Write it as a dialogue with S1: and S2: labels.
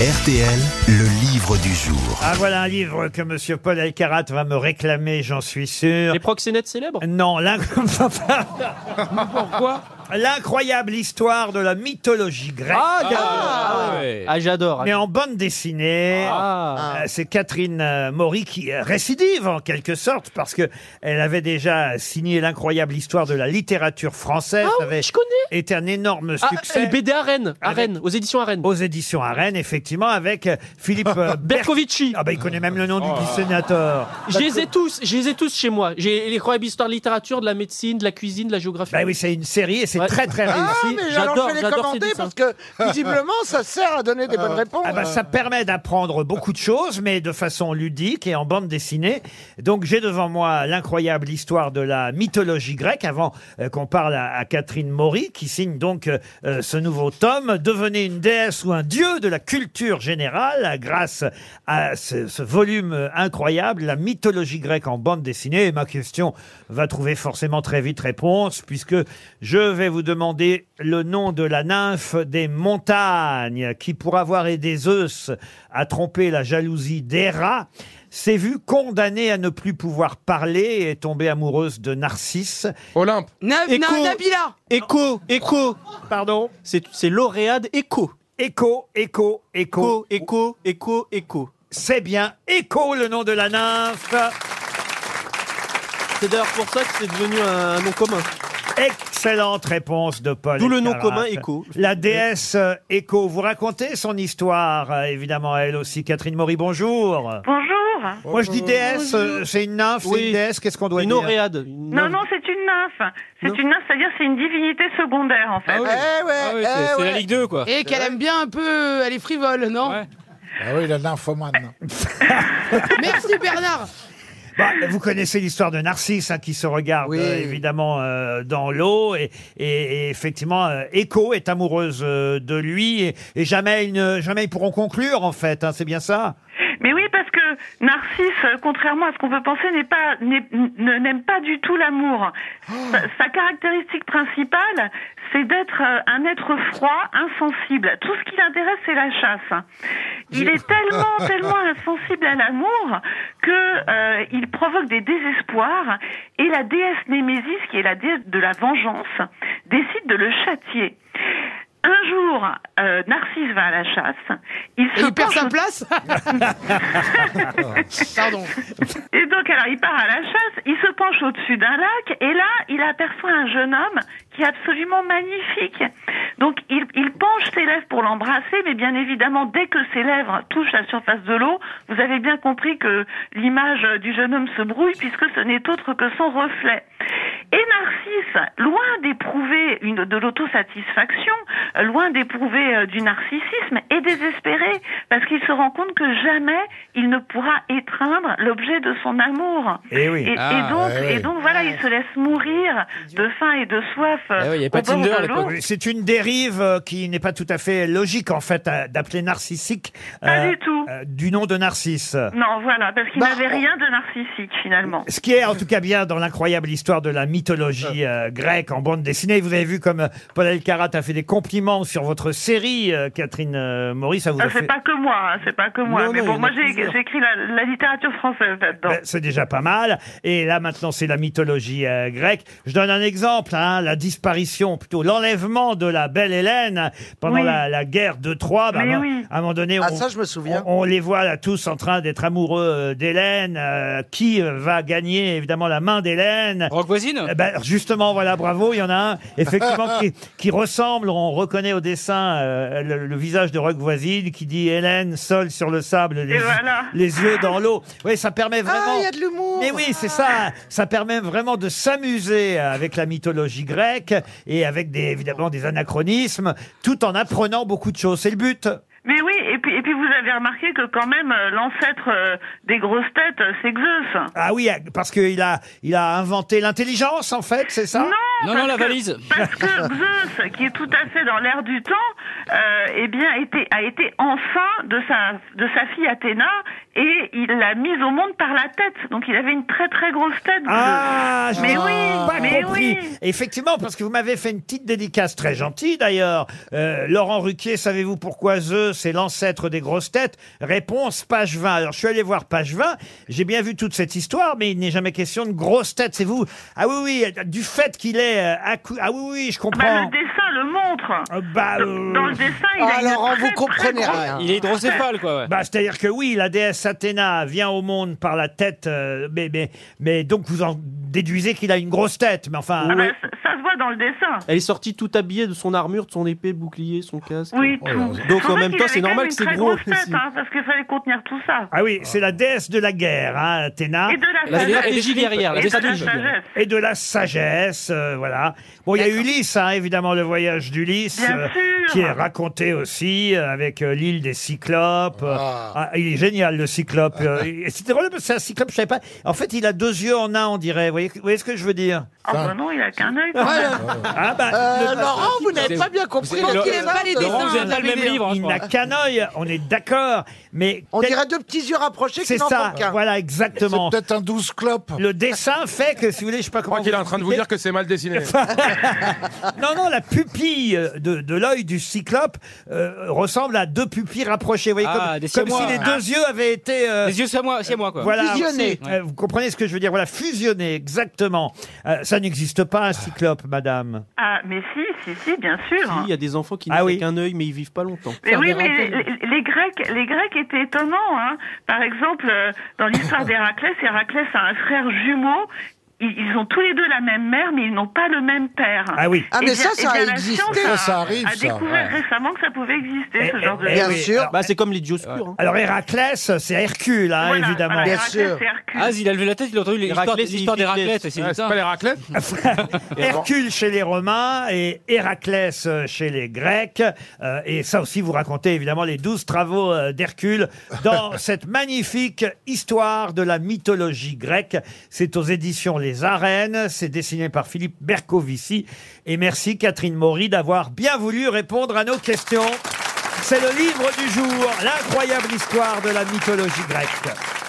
S1: RTL, le livre du jour.
S2: Ah, voilà un livre que Monsieur Paul Alcarat va me réclamer, j'en suis sûr.
S3: Les proxénètes célèbres
S2: Non, l'in-
S3: Pourquoi
S2: l'incroyable histoire de la mythologie grecque.
S3: Ah, ah j'adore.
S2: mais en bande dessinée,
S3: Ah.
S2: Euh, c'est Catherine euh, Maury qui euh, récidive en quelque sorte parce que elle avait déjà signé l'incroyable histoire de la littérature française.
S3: Ah
S2: Ça avait
S3: oui, je connais.
S2: été un énorme
S3: Ah,
S2: succès
S3: euh, BD à Rennes, à
S2: Avec-
S3: Rennes, aux éditions à Rennes.
S2: aux éditions à Rennes, effectivement, avec euh, Philippe euh, Berk-
S3: Berkovici.
S2: Ah bah il connaît même le nom
S3: Oh.
S2: du dessinateur.
S3: Je les ai tous, je les ai tous chez moi. J'ai les croyables histoires de littérature, de la médecine, de la cuisine, de la géographie.
S2: Bah oui, c'est une série et c'est
S3: Ouais.
S2: très très
S4: Ah,
S2: réussi.
S4: mais
S3: j'adore-
S4: alors je vais les
S3: j'adore ces
S4: commenter
S3: dessins.
S4: parce que visiblement ça sert à donner des bonnes réponses.
S2: Ah bah, ça permet d'apprendre beaucoup de choses, mais de façon ludique et en bande dessinée. Donc j'ai devant moi l'incroyable histoire de la mythologie grecque, avant euh, qu'on parle à, à Catherine Maury, qui signe donc euh, euh, ce nouveau tome. Devenez une déesse ou un dieu de la culture générale euh, grâce à ce, ce volume euh, incroyable, la mythologie grecque en bande dessinée. Et ma question va trouver forcément très vite réponse, puisque je vais vous demander le nom de la nymphe des montagnes, qui pour avoir aidé Zeus à tromper la jalousie d'Héra, s'est vue condamnée à ne plus pouvoir parler et tombée amoureuse de Narcisse.
S5: Olympe.
S3: Écho, écho, écho.
S2: Pardon
S3: C'est c'est lauréat d'écho.
S2: Écho, écho, écho.
S3: Écho, écho, écho, écho.
S2: C'est bien Écho le nom de la nymphe.
S3: C'est d'ailleurs pour ça que c'est devenu un nom commun.
S2: Excellente réponse de Paul.
S3: D'où le nom
S2: Elkarat.
S3: commun Écho.
S2: La déesse euh, Écho, vous racontez son histoire, euh, évidemment, elle aussi. Catherine Maury, bonjour.
S6: Bonjour.
S2: Moi, je dis déesse, euh, c'est une nymphe, c'est
S3: Oui.
S2: une déesse, qu'est-ce qu'on doit
S3: Une
S2: dire
S3: oréade.
S6: Non, non, c'est une nymphe.
S3: Non.
S6: C'est une nymphe, c'est-à-dire c'est une divinité secondaire en fait.
S4: Eh
S2: Ah
S4: ouais, eh ouais.
S5: Ligue 2, quoi.
S7: Et qu'elle aime bien un peu, euh, elle est frivole, non
S5: Ouais.
S8: Ah oui, la nymphomane.
S7: Merci Bernard.
S2: Bah, Vous connaissez l'histoire de Narcisse hein, qui se regarde
S4: Oui.
S2: euh, évidemment euh, dans l'eau et, et- et effectivement euh, Écho est amoureuse euh, de lui et, et jamais, ils ne- jamais ils pourront conclure en fait, hein, c'est bien ça
S6: Mais oui, parce que Narcisse, euh, contrairement à ce qu'on peut penser, n'est pas, n'est- ne- n'aime pas du tout l'amour.
S7: Oh.
S6: Sa, sa caractéristique principale, c'est d'être euh, un être froid, insensible. Tout ce qui l'intéresse, c'est la chasse. Il est tellement, tellement insensible à l'amour que euh, il provoque des désespoirs. Et la déesse Némésis, qui est la déesse de la vengeance, décide de le châtier. Un jour, euh, Narcisse va à la chasse. Il
S7: Et
S6: se
S7: il
S6: penche
S7: perd sa place Pardon.
S6: Et donc, alors, il part à la chasse, il se penche au-dessus d'un lac, et là, il aperçoit un jeune homme qui est absolument magnifique. Donc, il, il penche ses lèvres pour l'embrasser, mais bien évidemment, dès que ses lèvres touchent la surface de l'eau, vous avez bien compris que l'image du jeune homme se brouille, puisque ce n'est autre que son reflet. Et Narcisse, loin d'éprouver une de l'autosatisfaction, euh, loin d'éprouver euh, du narcissisme, est désespéré parce qu'il se rend compte que jamais il ne pourra étreindre l'objet de son amour.
S2: Eh oui.
S6: Et, et
S5: Ah,
S6: donc,
S8: ouais, ouais.
S6: et donc voilà, il se laisse mourir de faim et de soif euh,
S5: Eh oui, il y avait pas
S6: au bord
S5: Tinder à
S6: de l'eau.
S5: l'époque.
S2: C'est une dérive euh, qui n'est pas tout à fait logique en fait à- d'appeler narcissique
S6: Pas du tout.
S2: euh, du nom de Narcisse.
S6: Non, voilà, parce qu'il
S4: Bah,
S6: n'avait
S4: on-
S6: rien de narcissique finalement.
S2: Ce qui est en tout cas bien dans l'incroyable histoire de la mythologie euh, grecque en bande dessinée. Vous avez vu comme euh, Paul Elkarat a fait des compliments sur votre série, euh, Catherine euh, Maurice. Ça vous
S6: Ah,
S2: a
S6: C'est
S2: fait...
S6: pas que moi, hein, c'est pas que moi.
S2: Non,
S6: mais
S2: non, il y
S6: bon,
S2: en
S6: moi
S2: a
S6: j'ai
S2: plusieurs.
S6: j'ai écrit la, la littérature française là-dedans.
S2: Ben, c'est déjà pas mal. Et là, maintenant, c'est la mythologie euh, grecque. Je donne un exemple, hein, la disparition, plutôt l'enlèvement de la belle Hélène pendant
S6: Oui.
S2: la, la guerre de Troie. Ben,
S6: Mais
S2: à un-
S6: oui.
S2: À un moment donné,
S4: Ah,
S2: on,
S4: ça, je me souviens.
S2: on- on les voit là tous en train d'être amoureux euh, d'Hélène. Euh, qui euh, va gagner, évidemment, la main d'Hélène
S3: Rock voisine
S2: Eh ben, justement, voilà, bravo, il y en a un, effectivement, qui, qui ressemble, on reconnaît au dessin euh, le, le visage de Rock Voisine qui dit Hélène, seule sur le sable, les,
S6: Et voilà.
S2: les yeux dans l'eau. Oui, ça permet
S4: Ah,
S2: vraiment...
S4: il y a de l'humour. Ah,
S2: mais oui, c'est ça. Ça permet vraiment de s'amuser avec la mythologie grecque et avec des, évidemment des anachronismes, tout en apprenant beaucoup de choses. C'est le but.
S6: Mais oui, et puis, et puis vous avez remarqué que quand même euh, l'ancêtre euh, des grosses têtes, euh, c'est Zeus.
S2: Ah oui, parce qu'il a, il a inventé l'intelligence, en fait, c'est ça
S6: Non,
S5: Non,
S6: parce
S5: non, la
S6: que-
S5: valise.
S6: Parce que Zeus, qui est tout à fait dans l'air du temps, euh, eh bien, était, a été enfin de sa, de sa fille Athéna et il l'a mise au monde par la tête. Donc il avait une très très grosse tête.
S2: Ah,
S6: Zeus.
S2: je
S6: mais
S2: n'ai
S6: oui,
S2: pas
S6: mais
S2: compris.
S6: oui.
S2: Effectivement, parce que vous m'avez fait une petite dédicace très gentille d'ailleurs. Euh, Laurent Ruquier, savez-vous pourquoi Zeus est l'ancêtre des grosses têtes Réponse, page 20. Alors je suis allé voir page 20, j'ai bien vu toute cette histoire, mais il n'est jamais question de grosses têtes, c'est vous. Ah oui, oui, euh, du fait qu'il est... euh, à cou- Ah oui, oui, je
S6: Bah,
S2: comprends.
S6: le dessin le montre.
S2: Euh, bah, euh,
S6: Dans le dessin, il a
S4: Ah,
S6: une
S4: Laurent,
S6: très,
S4: vous
S6: très
S4: comprenez
S6: grosse
S4: rien.
S5: Il est hydrocéphale, quoi, ouais.
S2: Bah, c'est-à-dire que oui, la déesse Athéna vient au monde par la tête, euh, mais, mais, mais donc vous en déduisez qu'il a une grosse tête, mais enfin...
S6: Ah bah, ça- ça se voit dans le dessin.
S3: Elle est sortie tout habillée de son armure, de son épée, bouclier, son casque.
S6: Oui,
S8: Oh là
S6: tout.
S8: là.
S6: Je
S3: Donc, en
S6: trouvais
S3: même
S6: qu'il
S3: temps,
S6: avait
S3: c'est
S6: quand
S3: normal
S6: même
S3: que
S6: une
S3: c'est
S6: très
S3: gros
S6: grosse tête,
S3: aussi.
S6: hein, parce qu'il fallait contenir tout ça.
S2: Ah oui, c'est la déesse de la guerre, hein, Athéna.
S3: Ah.
S6: Et de la
S5: La
S6: sagesse.
S5: stratégie derrière, la
S6: Et de la
S5: stratégie.
S6: sagesse.
S2: et de la sagesse, euh, voilà. Bon, il y a Ulysse, hein, évidemment, le voyage d'Ulysse, euh,
S6: Bien sûr.
S2: qui est raconté aussi euh, avec euh, l'île des Cyclopes. Euh,
S8: Ah.
S2: ah, il est génial, le Cyclope. euh, et c'est drôle parce que c'est un Cyclope, je savais pas. En fait, il a deux yeux en un, on dirait. Vous voyez, vous voyez ce que je veux dire
S6: Ah bah non, il a qu'un œil. quand même.
S7: Voilà.
S2: Ah bah,
S4: Euh,
S2: le-
S4: Laurent, vous n'avez pas bien compris.
S5: c'est-
S4: le
S7: Il aime pas les
S4: dessin.
S5: Laurent, vous
S7: dessins.
S5: n'avez pas le même
S7: la
S5: livre, hein, je
S2: il
S5: crois.
S2: n'a qu'un œil, on est d'accord, mais
S4: On
S2: tel-
S4: dirait deux petits yeux rapprochés qui
S2: c'est
S4: n'en
S2: ça,
S4: font qu'un.
S2: voilà,
S8: C'est
S2: exactement.
S8: peut-être un douze clope.
S2: Le dessin fait que, si vous voulez, je sais pas
S9: Je
S2: comment.
S9: crois qu'il est en train de vous dire que c'est mal dessiné.
S2: Non, non, la pupille euh, de, de l'œil du cyclope euh, ressemble à deux pupilles rapprochées. Vous voyez,
S5: Ah,
S2: comme-
S5: des
S2: comme,
S5: siamois.
S2: si les deux yeux avaient été... euh,
S5: Les yeux, c'est à moi, c'est à moi, quoi.
S2: voilà,
S4: Fusionnés.
S2: Euh, vous comprenez ce que je veux dire Voilà, fusionnés, exactement. Euh, ça n'existe pas, un cyclope, madame.
S6: Ah, mais si, si, si, bien
S3: Si,
S6: sûr.
S3: Il y a des enfants qui
S2: Ah
S3: n'ont
S2: oui.
S3: qu'un œil, mais ils vivent pas longtemps.
S6: Mais oui,
S7: Faire des
S6: mais les,
S7: rappels.
S6: les- les Grecs, les Grecs étaient étonnants. Hein. Par exemple, euh, dans l'histoire d'Héraclès, Héraclès a un frère jumeau. Ils, ils ont tous les deux la même mère, mais ils n'ont pas le même père.
S2: Ah oui.
S4: Ah,
S6: Eh
S4: mais ça,
S6: eh
S4: ça a
S6: bien, la
S4: existé.
S6: science
S8: Ça, ça arrive,
S6: a
S8: ça,
S6: découvert
S8: ouais.
S6: récemment que ça pouvait exister,
S2: Eh,
S6: ce genre de...
S2: eh, eh
S4: Bien
S2: oui.
S4: sûr.
S2: Alors,
S3: Bah, c'est comme les dieux obscurs. hein.
S2: alors, Héraclès, c'est Hercule, hein,
S6: Voilà,
S2: évidemment.
S6: voilà,
S4: Bien
S6: Héraclès,
S4: sûr.
S6: c'est Hercule.
S5: Ah, il a levé la tête, il a entendu l'histoire
S3: Héraclès,
S5: l'histoire
S3: il
S5: d'Héraclète.
S3: fait-
S5: C'est
S9: Ouais, c'est
S5: putain.
S9: pas les raclettes
S2: Hercule chez les Romains et Héraclès euh, chez les Grecs. Euh, et ça aussi, vous racontez évidemment les douze travaux euh, d'Hercule dans cette magnifique histoire de la mythologie grecque. C'est aux éditions Les Arènes. C'est dessiné par Philippe Bercovici. Et merci Catherine Maury d'avoir bien voulu répondre à nos questions. C'est le livre du jour, l'incroyable histoire de la mythologie grecque.